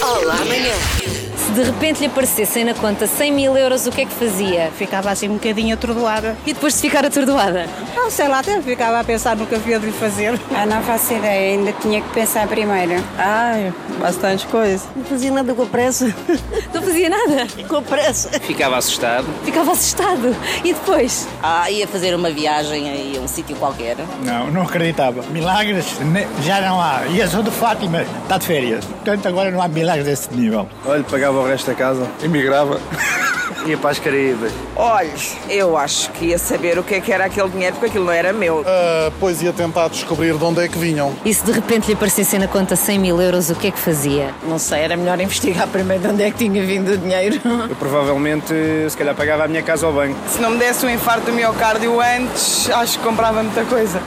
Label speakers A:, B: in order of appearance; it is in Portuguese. A: Olá, amanhã.
B: Se de repente lhe aparecessem na conta 100 mil euros, o que é que fazia?
C: Ficava assim um bocadinho atordoada.
B: E depois de ficar atordoada?
C: Não sei lá, até ficava a pensar no que havia de lhe fazer.
D: Ah, não faço ideia, ainda tinha que pensar primeiro.
E: Ai, bastante coisa.
F: Não fazia nada com a pressa.
B: Não fazia nada?
F: Com a pressa.
G: Ficava assustado.
B: Ficava assustado. E depois?
H: Ah, ia fazer uma viagem a um sítio qualquer.
I: Não, não acreditava. Milagres ne- já não há. E a São de Fátima está de férias. Portanto, agora não há milagres desse nível.
J: Olha, pagava o resto da casa, emigrava. Ia para as Caraíbas.
K: Olha, eu acho que ia saber o que é que era aquele dinheiro, porque aquilo não era meu.
L: Uh, pois ia tentar descobrir de onde é que vinham.
B: E se de repente lhe aparecessem na conta 100 mil euros, o que é que fazia?
M: Não sei, era melhor investigar primeiro de onde é que tinha vindo o dinheiro.
J: Eu provavelmente, se calhar, pagava a minha casa ao banco.
K: Se não me desse um infarto do miocárdio antes, acho que comprava muita coisa.